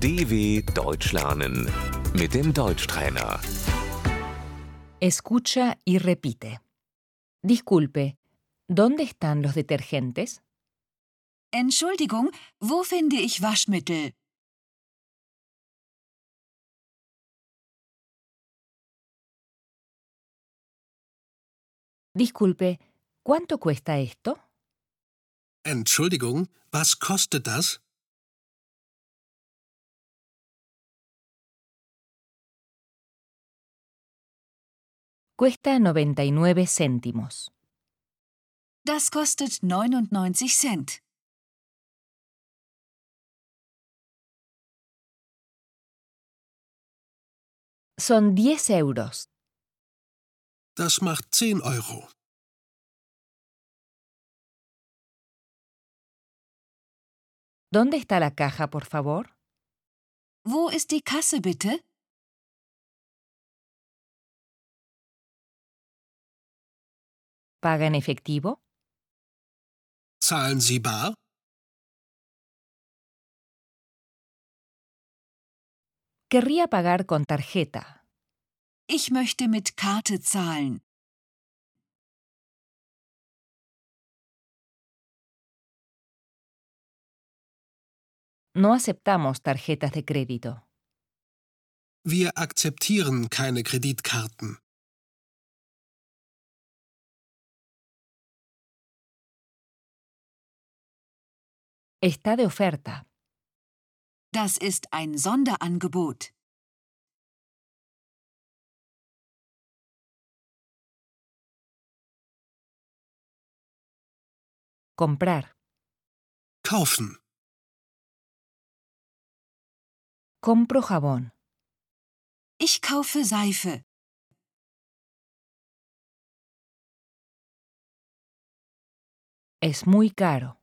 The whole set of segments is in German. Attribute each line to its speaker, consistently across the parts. Speaker 1: DW Deutsch lernen mit dem Deutschtrainer.
Speaker 2: Escucha y repite. Disculpe, ¿dónde están los detergentes?
Speaker 3: Entschuldigung, wo finde ich Waschmittel?
Speaker 2: Disculpe, ¿cuánto cuesta esto?
Speaker 4: Entschuldigung, was kostet das?
Speaker 2: Cuesta 99 céntimos.
Speaker 3: Das kostet 99 Cent.
Speaker 2: Son 10 euros.
Speaker 4: Das macht 10 Euro.
Speaker 2: ¿Dónde está la caja, por favor?
Speaker 3: Wo ist die Kasse bitte?
Speaker 2: ¿Paga en efectivo?
Speaker 4: Zahlen Sie bar?
Speaker 2: Querría pagar con tarjeta.
Speaker 3: Ich möchte mit Karte zahlen.
Speaker 2: No aceptamos tarjetas de crédito.
Speaker 4: Wir akzeptieren keine Kreditkarten.
Speaker 2: Está de oferta.
Speaker 3: Das ist ein Sonderangebot.
Speaker 2: Comprar.
Speaker 4: Kaufen.
Speaker 2: Compro jabón.
Speaker 3: Ich kaufe Seife.
Speaker 2: Es muy caro.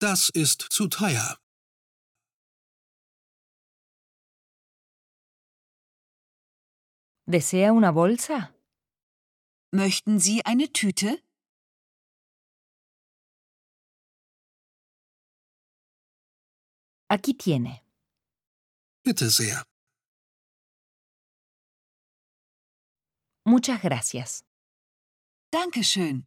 Speaker 4: Das ist zu teuer.
Speaker 2: ¿Desea una bolsa?
Speaker 3: Möchten Sie eine Tüte?
Speaker 2: Aquí tiene.
Speaker 4: Bitte sehr.
Speaker 2: Muchas gracias.
Speaker 3: Dankeschön.